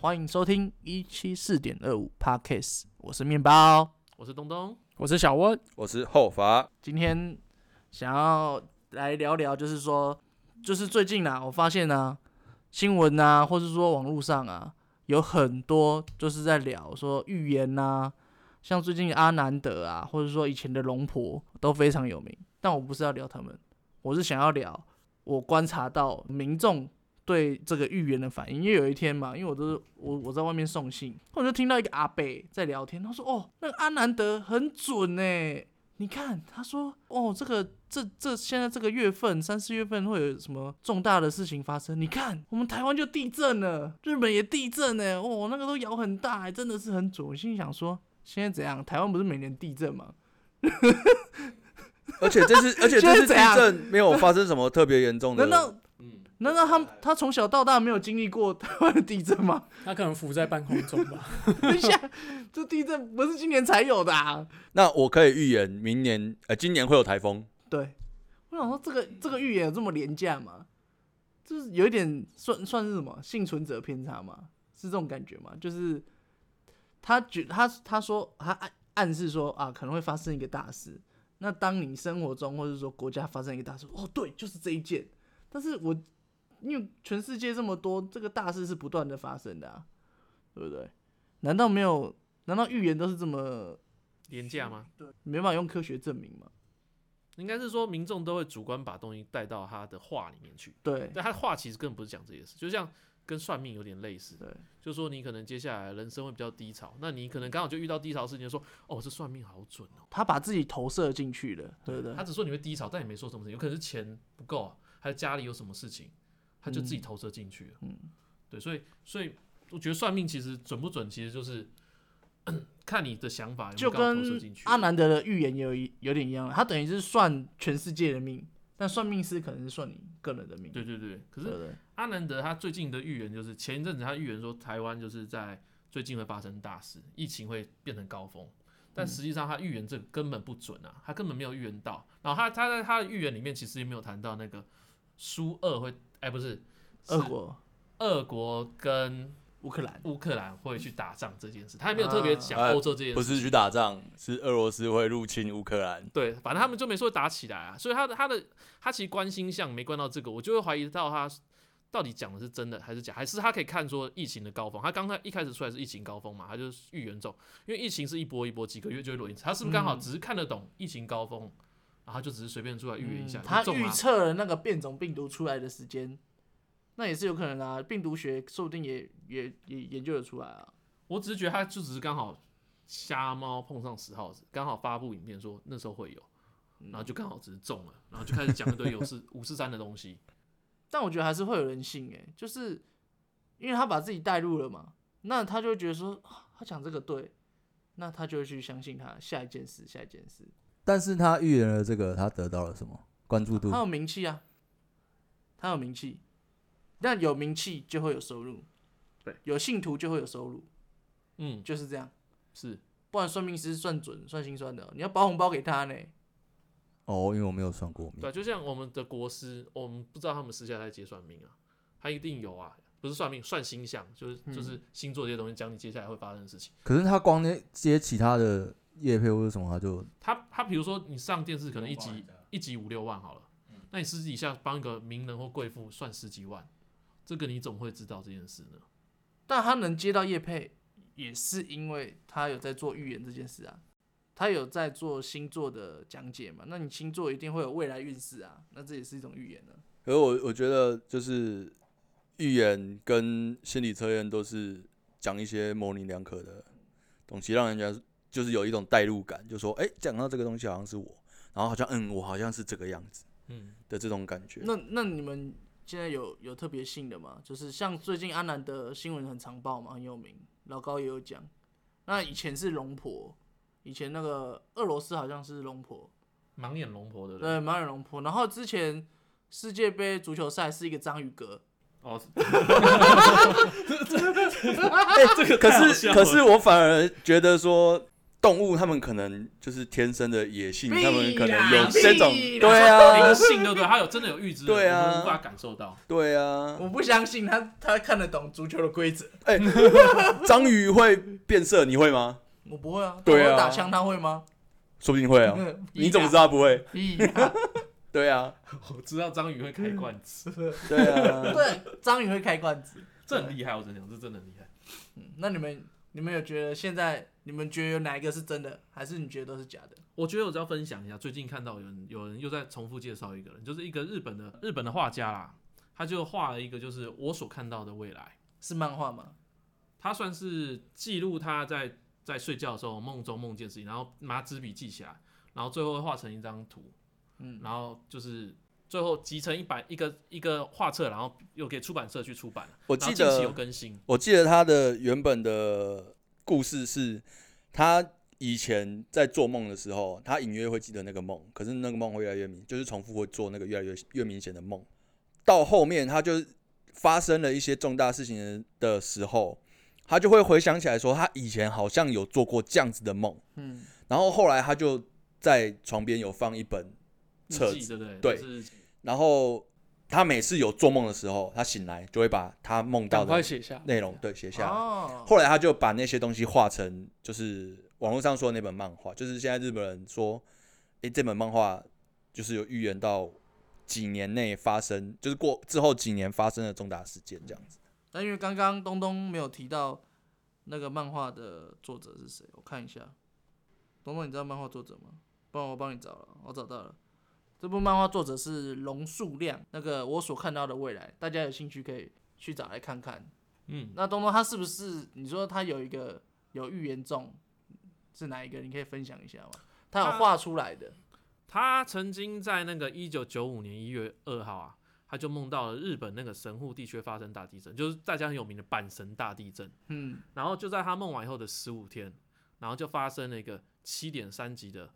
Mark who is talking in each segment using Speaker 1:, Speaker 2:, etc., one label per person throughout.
Speaker 1: 欢迎收听一七四点二五 Podcast，我是面包。
Speaker 2: 我是东东，
Speaker 3: 我是小温，
Speaker 4: 我是后罚，
Speaker 1: 今天想要来聊聊，就是说，就是最近啊，我发现啊，新闻啊，或是说网络上啊，有很多就是在聊说预言呐、像最近阿南德啊，或者说以前的龙婆都非常有名。但我不是要聊他们，我是想要聊我观察到民众对这个预言的反应。因为有一天嘛，因为我都是我我在外面送信，我就听到一个阿伯在聊天，他说：“哦，那个阿南德很准呢、你看，他说哦，这个这这现在这个月份三四月份会有什么重大的事情发生？你看，我们台湾就地震了，日本也地震呢，哦，那个都摇很大，真的是很准。我心里想说，现在怎样？台湾不是每年地震吗？
Speaker 4: 而且这次，而且这
Speaker 1: 现在
Speaker 4: 次
Speaker 1: 怎
Speaker 4: 地
Speaker 1: 样
Speaker 4: 震没有发生什么特别严 重的
Speaker 1: 难，道
Speaker 2: 嗯，
Speaker 1: 难道他他从小到大没有经历过 台湾的地震吗？
Speaker 3: 他可能浮在半空中吧。
Speaker 1: 等一下，这地震不是今年才有的啊！
Speaker 4: 那我可以预言明年，呃，今年会有台风，
Speaker 1: 对，我想说这个这个预言有这么廉价吗？就是有一点算算是什么幸存者偏差吗？是这种感觉吗？就是他觉他他说他暗暗示说啊可能会发生一个大事，那当你生活中或者说国家发生一个大事，哦对，就是这一件，但是我因为全世界这么多，这个大事是不断的发生的啊，对不对？难道没有？难道预言都是这么
Speaker 2: 廉价吗？
Speaker 1: 没办法用科学证明吗？
Speaker 2: 应该是说民众都会主观把东西带到他的话里面去，
Speaker 1: 对
Speaker 2: 但他的话其实根本不是讲这些事，就像跟算命有点类似，
Speaker 1: 对，
Speaker 2: 就是说你可能接下来人生会比较低潮，那你可能刚好就遇到低潮的事情，就说哦，这算命好准哦，
Speaker 1: 他把自己投射进去了，对不对
Speaker 2: 他？只说你会低潮，但也没说什么事情，有可能是钱不够、啊，还是家里有什么事情，他就自己投射进去了，
Speaker 1: 嗯，
Speaker 2: 对，所以所以我觉得算命其实准不准，其实就是 看你的想法有没
Speaker 1: 就
Speaker 2: 有刚好投
Speaker 1: 跟
Speaker 2: 射进去。
Speaker 1: 阿南德的预言有一有点一样，他等于是算全世界的命，但算命师可能是算你个人的命，
Speaker 2: 对对对，可
Speaker 1: 对
Speaker 2: 是
Speaker 1: 不对？
Speaker 2: 阿南德他最近的预言就是前一阵子他预言说台湾就是在最近会发生大事，疫情会变成高峰，
Speaker 1: 嗯
Speaker 2: 但实际上他预言这个根本不准啊，他根本没有预言到。然后他他在他的预言里面其实也没有谈到那个苏俄会，哎不是，
Speaker 1: 俄国、
Speaker 2: 俄国跟
Speaker 1: 乌克兰，
Speaker 2: 乌克兰会去打仗这件事，他也没有特
Speaker 1: 啊
Speaker 2: 别讲欧洲这件事。
Speaker 4: 不是去打仗，是俄罗斯会入侵乌克兰。
Speaker 2: 对，反正他们就没说打起来啊，所以他的他的他其实关心项没关到这个，我就会怀疑到他到底讲的是真的还是假，还是他可以看说疫情的高峰，他刚才一开始出来是疫情高峰嘛，他就是预言中，因为疫情是一波一波几个月就会轮一次，他是不是刚好
Speaker 1: 嗯
Speaker 2: 只是看得懂疫情高峰，然后就只是随便出来预言一下，
Speaker 1: 嗯他
Speaker 2: 就中
Speaker 1: 预
Speaker 2: 啊
Speaker 1: 测了那个变种病毒出来的时间，那也是有可能啊，病毒学说不定也也也研究得出来啊。
Speaker 2: 我只是觉得他就只是刚好瞎猫碰上死耗子，刚好发布影片说那时候会有，
Speaker 1: 嗯
Speaker 2: 然后就刚好只是中了，然后就开始讲一堆有四五四三的东西，
Speaker 1: 但我觉得还是会有人信诶、就是因为他把自己带入了嘛，那他就会觉得说、啊他讲这个对，那他就会去相信他下一件事，下一件事，
Speaker 5: 但是他预言了这个，他得到了什么关注度
Speaker 1: 他？有名气啊，他有名气，那有名气就会有收入，
Speaker 2: 对，
Speaker 1: 有信徒就会有收入，
Speaker 2: 嗯，
Speaker 1: 就是这样。
Speaker 2: 是。
Speaker 1: 不然算命师算准算心算的，你要包红包给他呢。
Speaker 5: 哦，因为我没有算过命
Speaker 2: 对啊，就像我们的国师，我们不知道他们私下在接算命啊，他一定有啊，不是算命，算星象，就是就是星座这些东西，讲你接下来会发生的事情。
Speaker 5: 可是他光那接其他的业配或者什么，他就
Speaker 2: 他他比如说你上电视可能一集一集五六万嗯好了，那你私底下帮一个名人或贵妇算十几万，这个你总会知道这件事呢？
Speaker 1: 但他能接到叶配，也是因为他有在做预言这件事啊，他有在做星座的讲解嘛。那你星座一定会有未来运势啊，那这也是一种预言呢、
Speaker 4: 可是我我觉得就是预言跟心理测验都是讲一些模棱两可的东西，让人家就是有一种代入感，就说哎，讲、到这个东西好像是我，然后好像嗯，我好像是这个样子
Speaker 2: 嗯，
Speaker 4: 的这种 感觉。
Speaker 1: 那那你们现在有有特别信的吗？就是像最近阿南的新闻很常报嘛，很有名，老高也有讲。那以前是龙婆，以前那个俄罗斯好像是龙婆，
Speaker 2: 盲眼龙婆的人
Speaker 1: 对，马尔龙婆。然后之前世界杯足球赛是一个章鱼哥，
Speaker 2: 哦， 哦
Speaker 4: 哎、这个可是可是我反而觉得说，动物他们可能就是天生的野性，
Speaker 1: 屁
Speaker 4: 他们可能
Speaker 1: 啦
Speaker 4: 有这种
Speaker 1: 屁啦
Speaker 4: 对啊，
Speaker 2: 灵性对不对？哎他有真的有预知的，
Speaker 4: 对啊
Speaker 2: 我们无法感受到。
Speaker 4: 对啊，
Speaker 1: 我不相信他，他看得懂足球的规则。
Speaker 4: 哎，章鱼会变色，你会吗？
Speaker 1: 我不会啊，
Speaker 4: 对啊
Speaker 1: 我打枪他会吗？
Speaker 4: 说不定会啊，
Speaker 1: 嗯
Speaker 4: 你怎么知道它不会？
Speaker 1: 屁啦
Speaker 4: 对啊，
Speaker 2: 我知道章鱼会开罐子，
Speaker 4: 对啊，
Speaker 1: 对，章鱼会开罐子。
Speaker 2: 这很厉害，我真的讲，这真的很厉害。
Speaker 1: 嗯那你们你们有觉得现在你们觉得有哪一个是真的，还是你觉得都是假的？
Speaker 2: 我觉得我只要分享一下，最近看到有人有人又在重复介绍一个人，就是一个日本的日本的画家啦，他就画了一个就是我所看到的未来，
Speaker 1: 是漫画吗？
Speaker 2: 他算是记录他在在睡觉的时候梦中梦见的事情，然后拿纸笔记起来，然后最后会画成一张图，
Speaker 1: 嗯，
Speaker 2: 然后就是最后集成一版一个一个画册，然后又给出版社去出版，
Speaker 4: 我
Speaker 2: 然后
Speaker 4: 记
Speaker 2: 近期有
Speaker 4: 得
Speaker 2: 更新，
Speaker 4: 我记得他的原本的故事是，他以前在做梦的时候，他隐约会记得那个梦，可是那个梦会越来越明，就是重复会做那个越来越越明显的梦。到后面他就发生了一些重大事情的时候，他就会回想起来说，他以前好像有做过这样子的梦。
Speaker 1: 嗯，
Speaker 4: 然后后来他就在床边有放一本册
Speaker 2: 日记
Speaker 4: 子，
Speaker 2: 对不对？
Speaker 4: 对
Speaker 2: 就是
Speaker 4: 然后他每次有做梦的时候，他醒来就会把他梦到
Speaker 3: 赶快
Speaker 4: 的
Speaker 3: 写下。
Speaker 4: 内容对写下来。
Speaker 1: 哦，
Speaker 4: 后来他就把那些东西画成，就是网络上说的那本漫画，就是现在日本人说，诶，这本漫画就是有预言到几年内发生，就是过之后几年发生的重大事件这样子。
Speaker 1: 那因为刚刚东东没有提到那个漫画的作者是谁，我看一下。东东，你知道漫画作者吗？不然我帮你找了，我找到了。这部漫画作者是龙树亮，那个我所看到的未来，大家有兴趣可以去找来看看。
Speaker 2: 嗯，
Speaker 1: 那东东他是不是你说他有一个有预言中是哪一个？你可以分享一下吗？他有
Speaker 2: 他
Speaker 1: 画出来的，
Speaker 2: 他曾经在那个一九九五年一月二号啊，他就梦到了日本那个神户地区发生大地震，就是大家很有名的阪神大地震。
Speaker 1: 嗯，
Speaker 2: 然后就在他梦完以后的十五天，然后就发生了一个七点三级的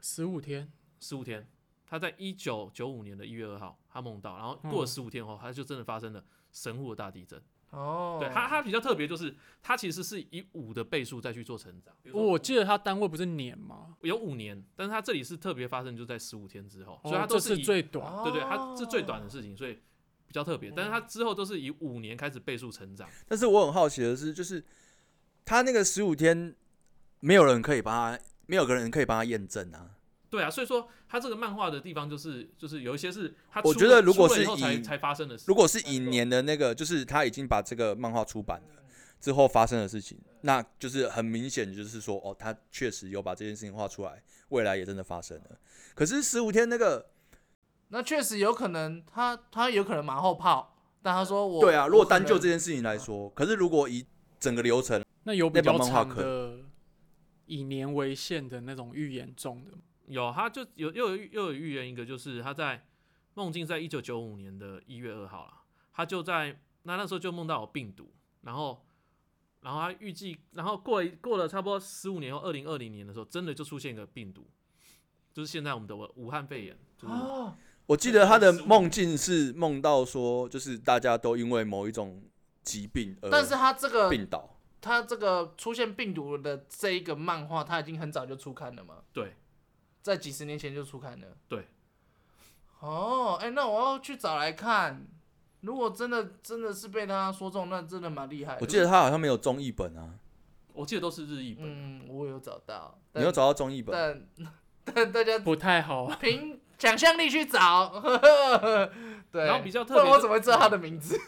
Speaker 3: 十五天，
Speaker 2: 十五天。他在一九九五年的一月二号，他梦到，然后过了
Speaker 3: 嗯
Speaker 2: 十五天后，他就真的发生了神户的大地震。
Speaker 1: 哦，
Speaker 2: 对他，他比较特别，就是他其实是以五的倍数再去做成长。比如说
Speaker 3: 哦我记得他单位不是年吗？
Speaker 2: 有五年，但是他这里是特别发生就在十五天之后，所以
Speaker 3: 哦
Speaker 2: 他
Speaker 3: 这
Speaker 2: 都
Speaker 3: 次
Speaker 2: 以
Speaker 3: 最短，
Speaker 2: 对对，它是最短
Speaker 1: 哦
Speaker 2: 的事情，所以比较特别。但是它之后都是以五年开始倍数成长，
Speaker 4: 但是我很好奇的是，就是他那个十五天，没有人可以帮他，没有个人可以帮他验证啊。
Speaker 2: 对啊，所以说它这个漫画的地方就是就是有一些是它
Speaker 4: 我
Speaker 2: 出
Speaker 4: 觉得
Speaker 2: 了
Speaker 4: 如果
Speaker 2: 出了以
Speaker 4: 是
Speaker 2: 后才
Speaker 4: 以
Speaker 2: 才发生的事，
Speaker 4: 如果是以年的那个，就是他已经把这个漫画出版了之后发生的事情，那就是很明显，就是说哦，他确实有把这件事情画出来，未来也真的发生了。可是十五天那个，
Speaker 1: 那确实有可能他他有可能马后炮，但他说我
Speaker 4: 对啊，
Speaker 1: 我
Speaker 4: 如果
Speaker 1: 可
Speaker 4: 单就
Speaker 1: 能
Speaker 4: 这件事情来说，可是如果以整个流程，
Speaker 3: 那有比
Speaker 4: 那本
Speaker 3: 较
Speaker 4: 漫画
Speaker 3: 长
Speaker 4: 课
Speaker 3: 的以年为限的那种预言中的吗，
Speaker 2: 有它就有又有又有预言一个，就是他在梦境在一九九五年的一月二号啦，他就在那那时候就梦到有病毒，然后。然后他预计，然后过了过了差不多十五年后，二零二零年的时候，真的就出现一个病毒，就是现在我们的武武汉肺炎，就是
Speaker 1: 哦，
Speaker 4: 我记得他的梦境是梦到说，就是大家都因为某一种疾病而
Speaker 1: 但是他这个
Speaker 4: 呃病倒。
Speaker 1: 他这个出现病毒的这一个漫画，他已经很早就出刊了嘛，
Speaker 2: 对，
Speaker 1: 在几十年前就出刊了。
Speaker 2: 对。
Speaker 1: 哦，哎、那我要去找来看。如果真的真的是被他说中，那真的蛮厉害的。
Speaker 4: 我记得他好像没有中译本啊，
Speaker 2: 我记得都是日译本。
Speaker 1: 嗯，我有找到。
Speaker 4: 你有
Speaker 1: 但
Speaker 4: 找到中译本？
Speaker 1: 但但大家
Speaker 3: 不太好。啊
Speaker 1: 凭想象力去找， 呵呵呵对。
Speaker 2: 然后比较特
Speaker 1: 不然
Speaker 2: 别
Speaker 1: 我
Speaker 2: 就
Speaker 1: 怎么会知道他的名字？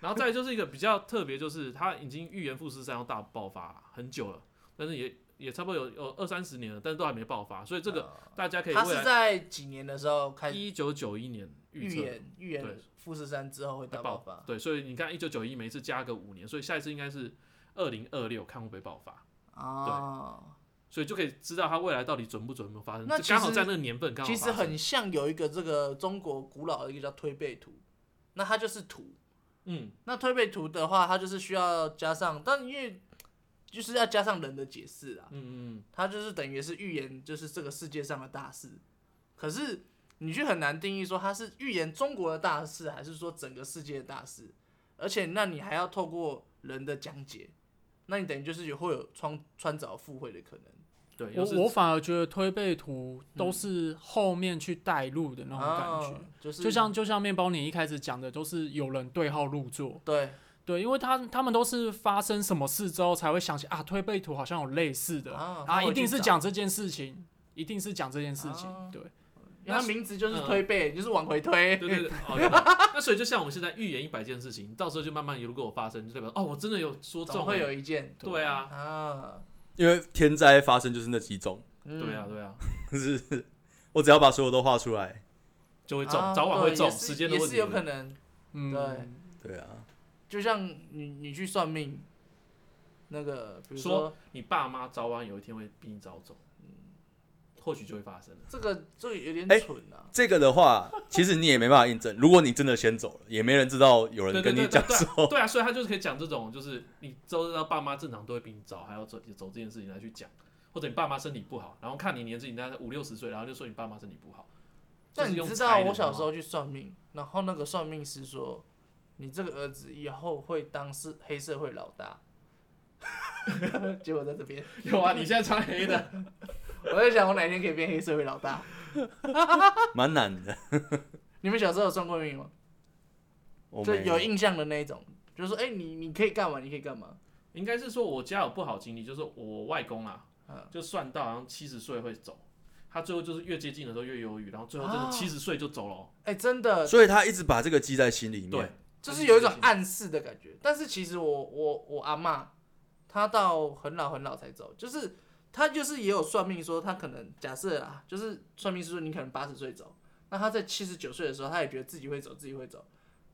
Speaker 2: 然后再来就是一个比较特别，就是他已经预言富士山要大爆发很久了，但是也也差不多有有二三十年了，但是都还没爆发，所以这个
Speaker 1: 哦
Speaker 2: 大家可以
Speaker 1: 他
Speaker 2: 未
Speaker 1: 嗯是
Speaker 2: 来
Speaker 1: 在几年的时候开始
Speaker 2: 一九九一年预
Speaker 1: 预
Speaker 2: 测
Speaker 1: 言预
Speaker 2: 对
Speaker 1: 言富士山之后会大
Speaker 2: 会
Speaker 1: 爆
Speaker 2: 爆
Speaker 1: 发？
Speaker 2: 对，所以你看一九九一每一次加个五年，所以下一次应该是二零二六看会不会爆发，
Speaker 1: 哦，
Speaker 2: 所以就可以知道它未来到底准不准有没有发生。
Speaker 1: 那
Speaker 2: 就
Speaker 1: 其
Speaker 2: 刚好
Speaker 1: 实
Speaker 2: 在那个年份刚好
Speaker 1: 其
Speaker 2: 发
Speaker 1: 实
Speaker 2: 生，
Speaker 1: 很像有一个这个中国古老的一个叫推背图，那它就是图。
Speaker 2: 嗯，
Speaker 1: 那推背图的话，它就是需要加上，但因为就是要加上人的解释啦
Speaker 2: 嗯，嗯
Speaker 1: 它就是等于是预言，就是这个世界上的大事。可是你却很难定义说它是预言中国的大事，还是说整个世界的大事。而且，那你还要透过人的讲解，那你等于就是有会有穿穿凿附会的可能。
Speaker 2: 嗯，对，又
Speaker 3: 我
Speaker 2: 是嗯
Speaker 3: 我反而觉得推背图都是后面去带路的那种感
Speaker 2: 哦
Speaker 3: 觉，
Speaker 1: 啊就是
Speaker 3: 就像就像面包你一开始讲的，都是有人对号入座，
Speaker 1: 对
Speaker 3: 对，因为他他们都是发生什么事之后才会想起啊，推背图好像有类似的
Speaker 1: 啊
Speaker 3: 啊，
Speaker 1: 他会
Speaker 3: 一定
Speaker 1: 去
Speaker 3: 是
Speaker 1: 找
Speaker 3: 讲这件事情，一定是讲这件事情，
Speaker 1: 啊
Speaker 3: 对，
Speaker 1: 因为它名字就是
Speaker 2: 嗯
Speaker 1: 推背，就是往回推。
Speaker 2: 对对对，哦，有那所以就像我们现在预言一百件事情，到时候就慢慢如果有发生，就代表哦，我真的有说
Speaker 1: 总
Speaker 2: 中，
Speaker 1: 会有一件。
Speaker 2: 对啊，
Speaker 1: 啊，
Speaker 4: 因为天灾发生就是那几种，
Speaker 1: 嗯
Speaker 2: 对啊，，对啊，
Speaker 4: 就是我只要把所有都画出来，
Speaker 2: 就会中
Speaker 1: 啊，
Speaker 2: 早晚会
Speaker 1: 对
Speaker 2: 中，
Speaker 1: 也是
Speaker 2: 时间的
Speaker 1: 也
Speaker 2: 问
Speaker 1: 是
Speaker 2: 题。
Speaker 1: 有可能。
Speaker 3: 嗯，
Speaker 1: 对
Speaker 4: 对啊，
Speaker 1: 就像你你去算命，那个比如
Speaker 2: 说
Speaker 1: 说
Speaker 2: 你爸妈早晚有一天会比你早走，或许就会发生了。
Speaker 1: 这个这个有点
Speaker 4: 哎
Speaker 1: 蠢啊，
Speaker 4: 这个的话，其实你也没办法印证。如果你真的先走了，也没人知道有人
Speaker 2: 对
Speaker 4: 跟
Speaker 2: 对对
Speaker 4: 你讲
Speaker 2: 对对啊
Speaker 4: 说，
Speaker 2: 对啊，所以他就是可以讲这种，就是你都知道爸妈正常都会比你早，还要走走这件事情来去讲，或者你爸妈身体不好，然后看你年纪，你大概五六十岁，然后就说你爸妈身体不好。
Speaker 1: 但
Speaker 2: 就是
Speaker 1: 你
Speaker 2: 用
Speaker 1: 知道
Speaker 2: 猜的
Speaker 1: 我小时
Speaker 2: 嘛，
Speaker 1: 候去算命，然后那个算命师说，你这个儿子以后会当是黑社会老大。 结果在这边，
Speaker 2: 有啊，你现在穿 黑的，
Speaker 1: 我在想我哪天可以变黑社会老大。
Speaker 4: 蛮难的。
Speaker 1: 你们小时候有算过命吗？
Speaker 4: 我
Speaker 1: 就
Speaker 4: 没
Speaker 1: 有印象的那一种，就是说，哎、你你可以干嘛？你可以干嘛？
Speaker 2: 应该是说我家有不好经历，就是我外公啊，
Speaker 1: 嗯
Speaker 2: 就算到好像七十岁会走，他最后就是越接近的时候越忧郁，然后最后真的
Speaker 1: 啊
Speaker 2: 七十岁就走了哦。
Speaker 1: 哎、真的，
Speaker 4: 所以他一直把这个记在心里面。
Speaker 2: 对，
Speaker 1: 就是有一种暗示的感觉。但是其实我我我阿妈，她到很老很老才走，就是她就是也有算命说，她可能假设啊，就是算命师说你可能八十岁走，那她在七十九岁的时候，她也觉得自己会走，自己会走，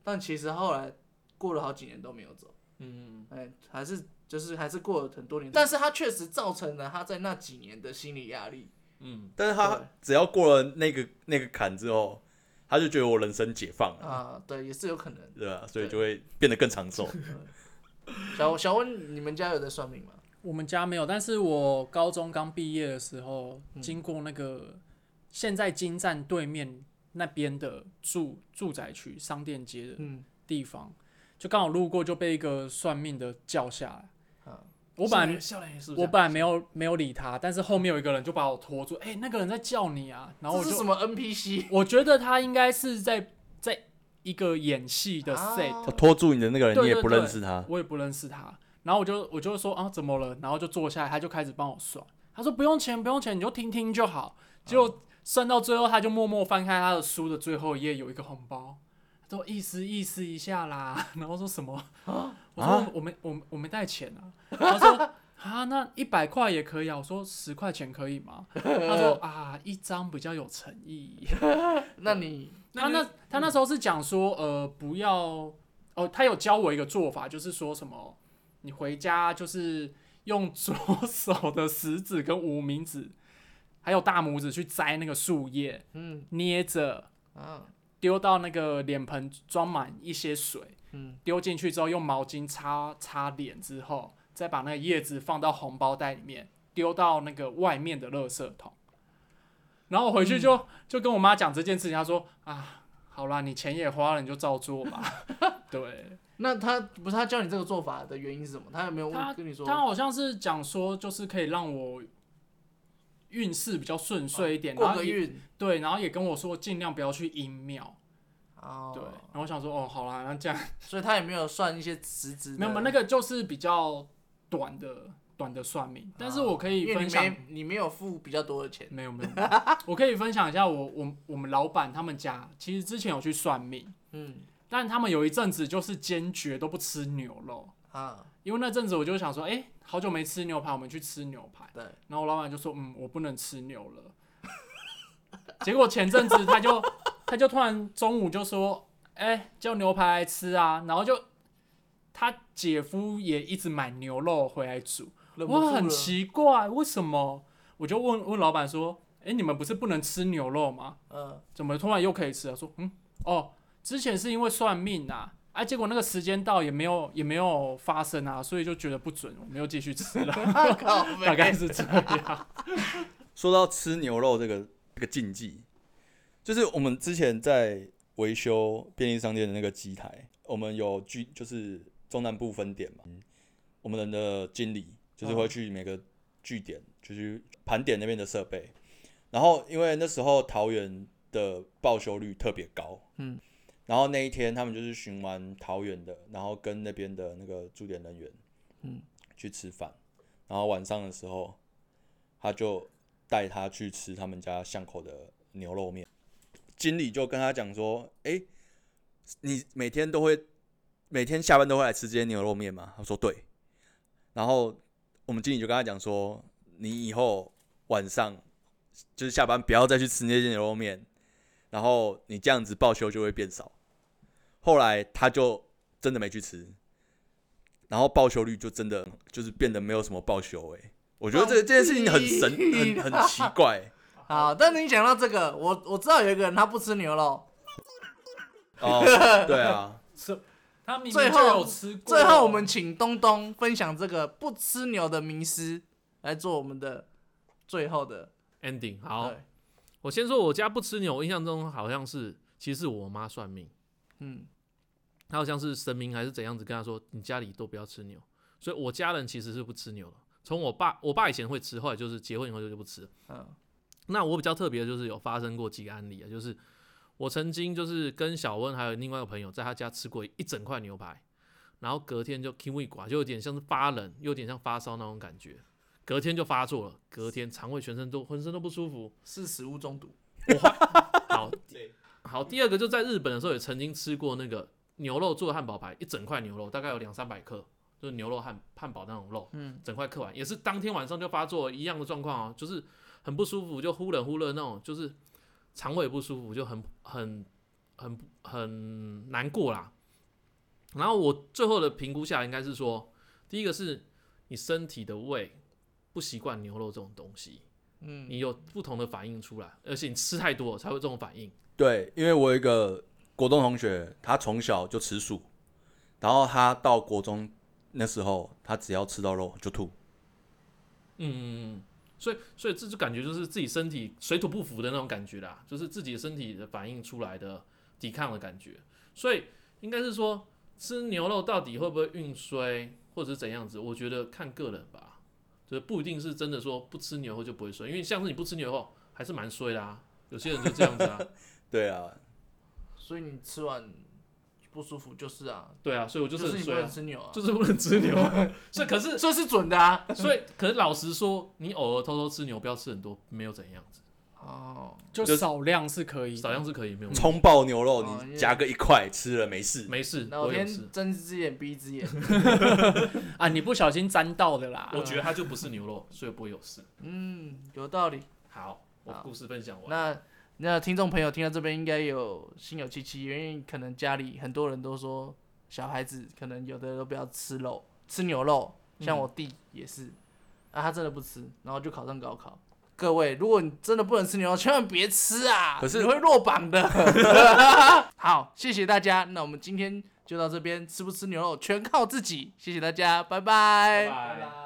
Speaker 1: 但其实后来过了好几年都没有走，
Speaker 2: 嗯，
Speaker 1: 哎、还是就是还是过了很多年，但是她确实造成了她在那几年的心理压力。
Speaker 2: 嗯，
Speaker 4: 但是
Speaker 1: 对
Speaker 4: 他只要过了那个那个坎之后，他就觉得我人生解放了，
Speaker 1: 啊、对，也是有可能。
Speaker 4: 对吧？所以就会变得更长寿。
Speaker 1: 小小温，你们家有在算命吗？
Speaker 3: 我们家没有，但是我高中刚毕业的时候，
Speaker 1: 嗯
Speaker 3: 经过那个现在金站对面那边的住住宅区商店街的
Speaker 1: 嗯，
Speaker 3: 地方，就刚好路过，就被一个算命的叫下来。
Speaker 1: 啊，
Speaker 3: 我本来
Speaker 2: 笑脸是不是
Speaker 3: 我本来没有没有理他，但是后面有一个人就把我拖住，哎、那个人在叫你啊，然后我
Speaker 1: 这是什
Speaker 3: 就
Speaker 1: 么 NPC？
Speaker 3: 我觉得他应该是在在一个演戏的 set，、
Speaker 1: 啊
Speaker 4: 他哦拖住你的那个人，
Speaker 3: 对
Speaker 4: 你也
Speaker 3: 对
Speaker 4: 不
Speaker 3: 对
Speaker 4: 认识他，
Speaker 3: 我也不认识他，然后我就我就说啊怎么了，然后就坐下来，他就开始帮我算，他说不用钱不用钱，你就听听就好，结
Speaker 4: 哦
Speaker 3: 果算到最后，他就默默翻开他的书的最后一页，有一个红包，他说意思意思一下啦， 然后说什么 我说
Speaker 4: 啊
Speaker 3: 我我没我我没带钱啊， 他说。啊，那一百块也可以啊。我说十块钱可以吗？他 说啊，一张比较有诚意。
Speaker 1: 那嗯你
Speaker 3: 他那他那时候是讲说，呃，不要哦，他有教我一个做法，就是说什么，你回家就是用左 手的食指跟无名指，还有大拇指去摘那个树叶，
Speaker 1: 嗯
Speaker 3: 捏着
Speaker 1: 啊
Speaker 3: 丢到那个脸盆装满一些水，
Speaker 1: 嗯
Speaker 3: 丢进去之后用毛巾擦擦脸之后，再把那个叶子放到红包袋里面，丢到那个外面的垃圾桶。然后我回
Speaker 1: 嗯
Speaker 3: 去就、就跟我妈讲这件事情，她说啊，好啦，你钱也花了，你就照做吧。 对，，
Speaker 1: 那他不是他教你这个做法的原因是什么？他有没有
Speaker 3: 他
Speaker 1: 问跟你说？
Speaker 3: 她好像是讲说，就是可以让我运势比较顺遂一点，
Speaker 1: 啊过
Speaker 3: 然后
Speaker 1: 个
Speaker 3: 也
Speaker 1: 运
Speaker 3: 对，然后也跟我说尽量不要去阴庙。对，
Speaker 1: 哦，
Speaker 3: 然后我想说哦，好啦，那这样
Speaker 1: 所以他也没有算一些实质的。
Speaker 3: 没有没有那个就是比较短的短的算命，但是我可以
Speaker 1: 哦因为
Speaker 3: 分
Speaker 1: 你
Speaker 3: 享
Speaker 1: 没你没有付比较多的钱
Speaker 3: 没有没有，没有我可以分享一下我我我们老板他们家，其实之前有去算命，
Speaker 1: 嗯
Speaker 3: 但他们有一阵子就是坚决都不吃牛肉，
Speaker 1: 啊，
Speaker 3: 因为那阵子我就想说，哎、好久没吃牛排，我们去吃牛排。
Speaker 1: 对，
Speaker 3: 然后我老板就说，嗯，我不能吃牛了。 结果前阵子他就他就突然中午就说，哎、叫牛排来吃啊，然后就他姐夫也一直买牛肉回来煮。
Speaker 1: 忍不住
Speaker 3: 我很
Speaker 1: 了
Speaker 3: 奇怪，为什么？我就问问老板说：“哎、你们不是不能吃牛肉吗？
Speaker 1: 嗯
Speaker 3: 怎么突然又可以吃了？”说：“嗯，哦，之前是因为算命啊，啊，结果那个时间到也没有也没有发生啊，所以就觉得不准，我们又继续吃了。
Speaker 1: 靠背
Speaker 3: 大概是这样。
Speaker 4: 说到吃牛肉这个这个禁忌，就是我们之前在维修便利商店的那个机台，我们有居就是中南部分店嘛，我们的经理就是会去每个据点，就是盘点那边的设备。然后因为那时候桃园的报修率特别高，
Speaker 1: 嗯，
Speaker 4: 然后那一天他们就是巡完桃园的，然后跟那边的那个驻点人员，
Speaker 1: 嗯，
Speaker 4: 去吃饭。然后晚上的时候，他就带他去吃他们家巷口的牛肉面。经理就跟他讲说：“哎、你每天都会每天下班都会来吃这些牛肉面吗？”他说：“对。”然后我们经理就跟他讲说：“你以后晚上就是下班不要再去吃那些牛肉面，然后你这样子报修就会变少。”后来他就真的没去吃，然后报修率就真的就是变得没有什么报修哎、我觉得这这件事情很神，很很奇怪、
Speaker 1: 好，但你讲到这个，我我知道有一个人他不吃牛肉，
Speaker 4: 哦，对啊，
Speaker 3: 是他明
Speaker 1: 最
Speaker 3: 明
Speaker 1: 后
Speaker 3: 就有吃过。
Speaker 1: 最后我们请东东分享这个不吃牛的迷思来做我们的最后的
Speaker 2: ending 好
Speaker 1: 对，
Speaker 2: 我先说我家不吃牛，我印象中好像是其实是我妈算命，
Speaker 1: 嗯
Speaker 2: 她好像是神明还是怎样子跟她说，你家里都不要吃牛，所以我家人其实是不吃牛的。从我爸，我爸以前会吃，后来就是结婚以后就就不吃了。
Speaker 1: 嗯
Speaker 2: 那我比较特别的就是有发生过几个案例啊，就是我曾经就是跟小温还有另外一个朋友在他家吃过一整块牛排，然后隔天就 k i w i 寡，就有点像是发冷，又有点像发烧那种感觉，隔天就发作了，隔天肠胃全身都浑身都不舒服，
Speaker 1: 是食物中毒，
Speaker 2: 好，好，第二个就在日本的时候也曾经吃过那个牛肉做的汉堡排，一整块牛肉大概有两三百克，就是牛肉汉汉堡那种肉，
Speaker 1: 嗯，
Speaker 2: 整块嗑完，也是当天晚上就发作一样的状况哦，就是很不舒服，就忽冷忽热那种，就是肠胃不舒服，就很很很很难过啦。然后我最后的评估下来应该是说，第一个是你身体的胃不习惯牛肉这种东西，
Speaker 1: 嗯，
Speaker 2: 你有不同的反应出来，而且你吃太多了才会这种反应。
Speaker 4: 对，因为我有一个国中同学，他从小就吃素，然后他到国中那时候，他只要吃到肉就吐。
Speaker 2: 嗯，所以所以这就感觉就是自己身体水土不服的那种感觉啦，就是自己的身体的反应出来的抵抗的感觉。所以应该是说吃牛肉到底会不会运衰，或者是怎样子？我觉得看个人吧，就是不一定是真的说不吃牛后就不会衰，因为像是你不吃牛后还是蛮衰的啊。有些人就这样子 啊，
Speaker 4: 对啊，
Speaker 1: 所以你吃完不舒服就是啊，
Speaker 2: 对啊，所以我就是
Speaker 1: 是
Speaker 2: 很
Speaker 1: 你不
Speaker 2: 衰、
Speaker 1: 能
Speaker 2: 啊，
Speaker 1: 吃牛啊，
Speaker 2: 就是不能吃 牛、啊。所以可是
Speaker 1: 所以是准的啊。
Speaker 2: 所以可是老实说，你偶尔偷偷吃牛，不要吃很多，没有怎样子，
Speaker 1: 哦，
Speaker 3: 就
Speaker 4: 就
Speaker 3: 少量是可以的，
Speaker 2: 少量是可以，没有问题。
Speaker 4: 葱爆牛肉
Speaker 1: 哦
Speaker 4: 你夹个一块吃了没事。
Speaker 2: 没事，
Speaker 1: 老
Speaker 2: 我有
Speaker 1: 天
Speaker 2: 吃。
Speaker 1: 睁一只眼闭一只眼，
Speaker 3: 啊，你不小心沾到的啦。
Speaker 2: 我觉得它就不是牛肉，所以不会有事。
Speaker 1: 嗯，有道理。
Speaker 2: 好，我
Speaker 1: 好
Speaker 2: 故事分享完。
Speaker 1: 那那听众朋友听到这边应该有心有戚戚，因为可能家里很多人都说小孩子可能有的都不要吃肉，吃牛肉，
Speaker 2: 嗯
Speaker 1: 像我弟也是，啊，他真的不吃，然后就考上高考。各位，如果你真的不能吃牛肉，千万别吃啊！
Speaker 4: 可是
Speaker 1: 你会落榜的。 好，谢谢大家，那我们今天就到这边，吃不吃牛肉全靠自己。谢谢大家，拜拜
Speaker 2: 拜拜
Speaker 3: 拜拜。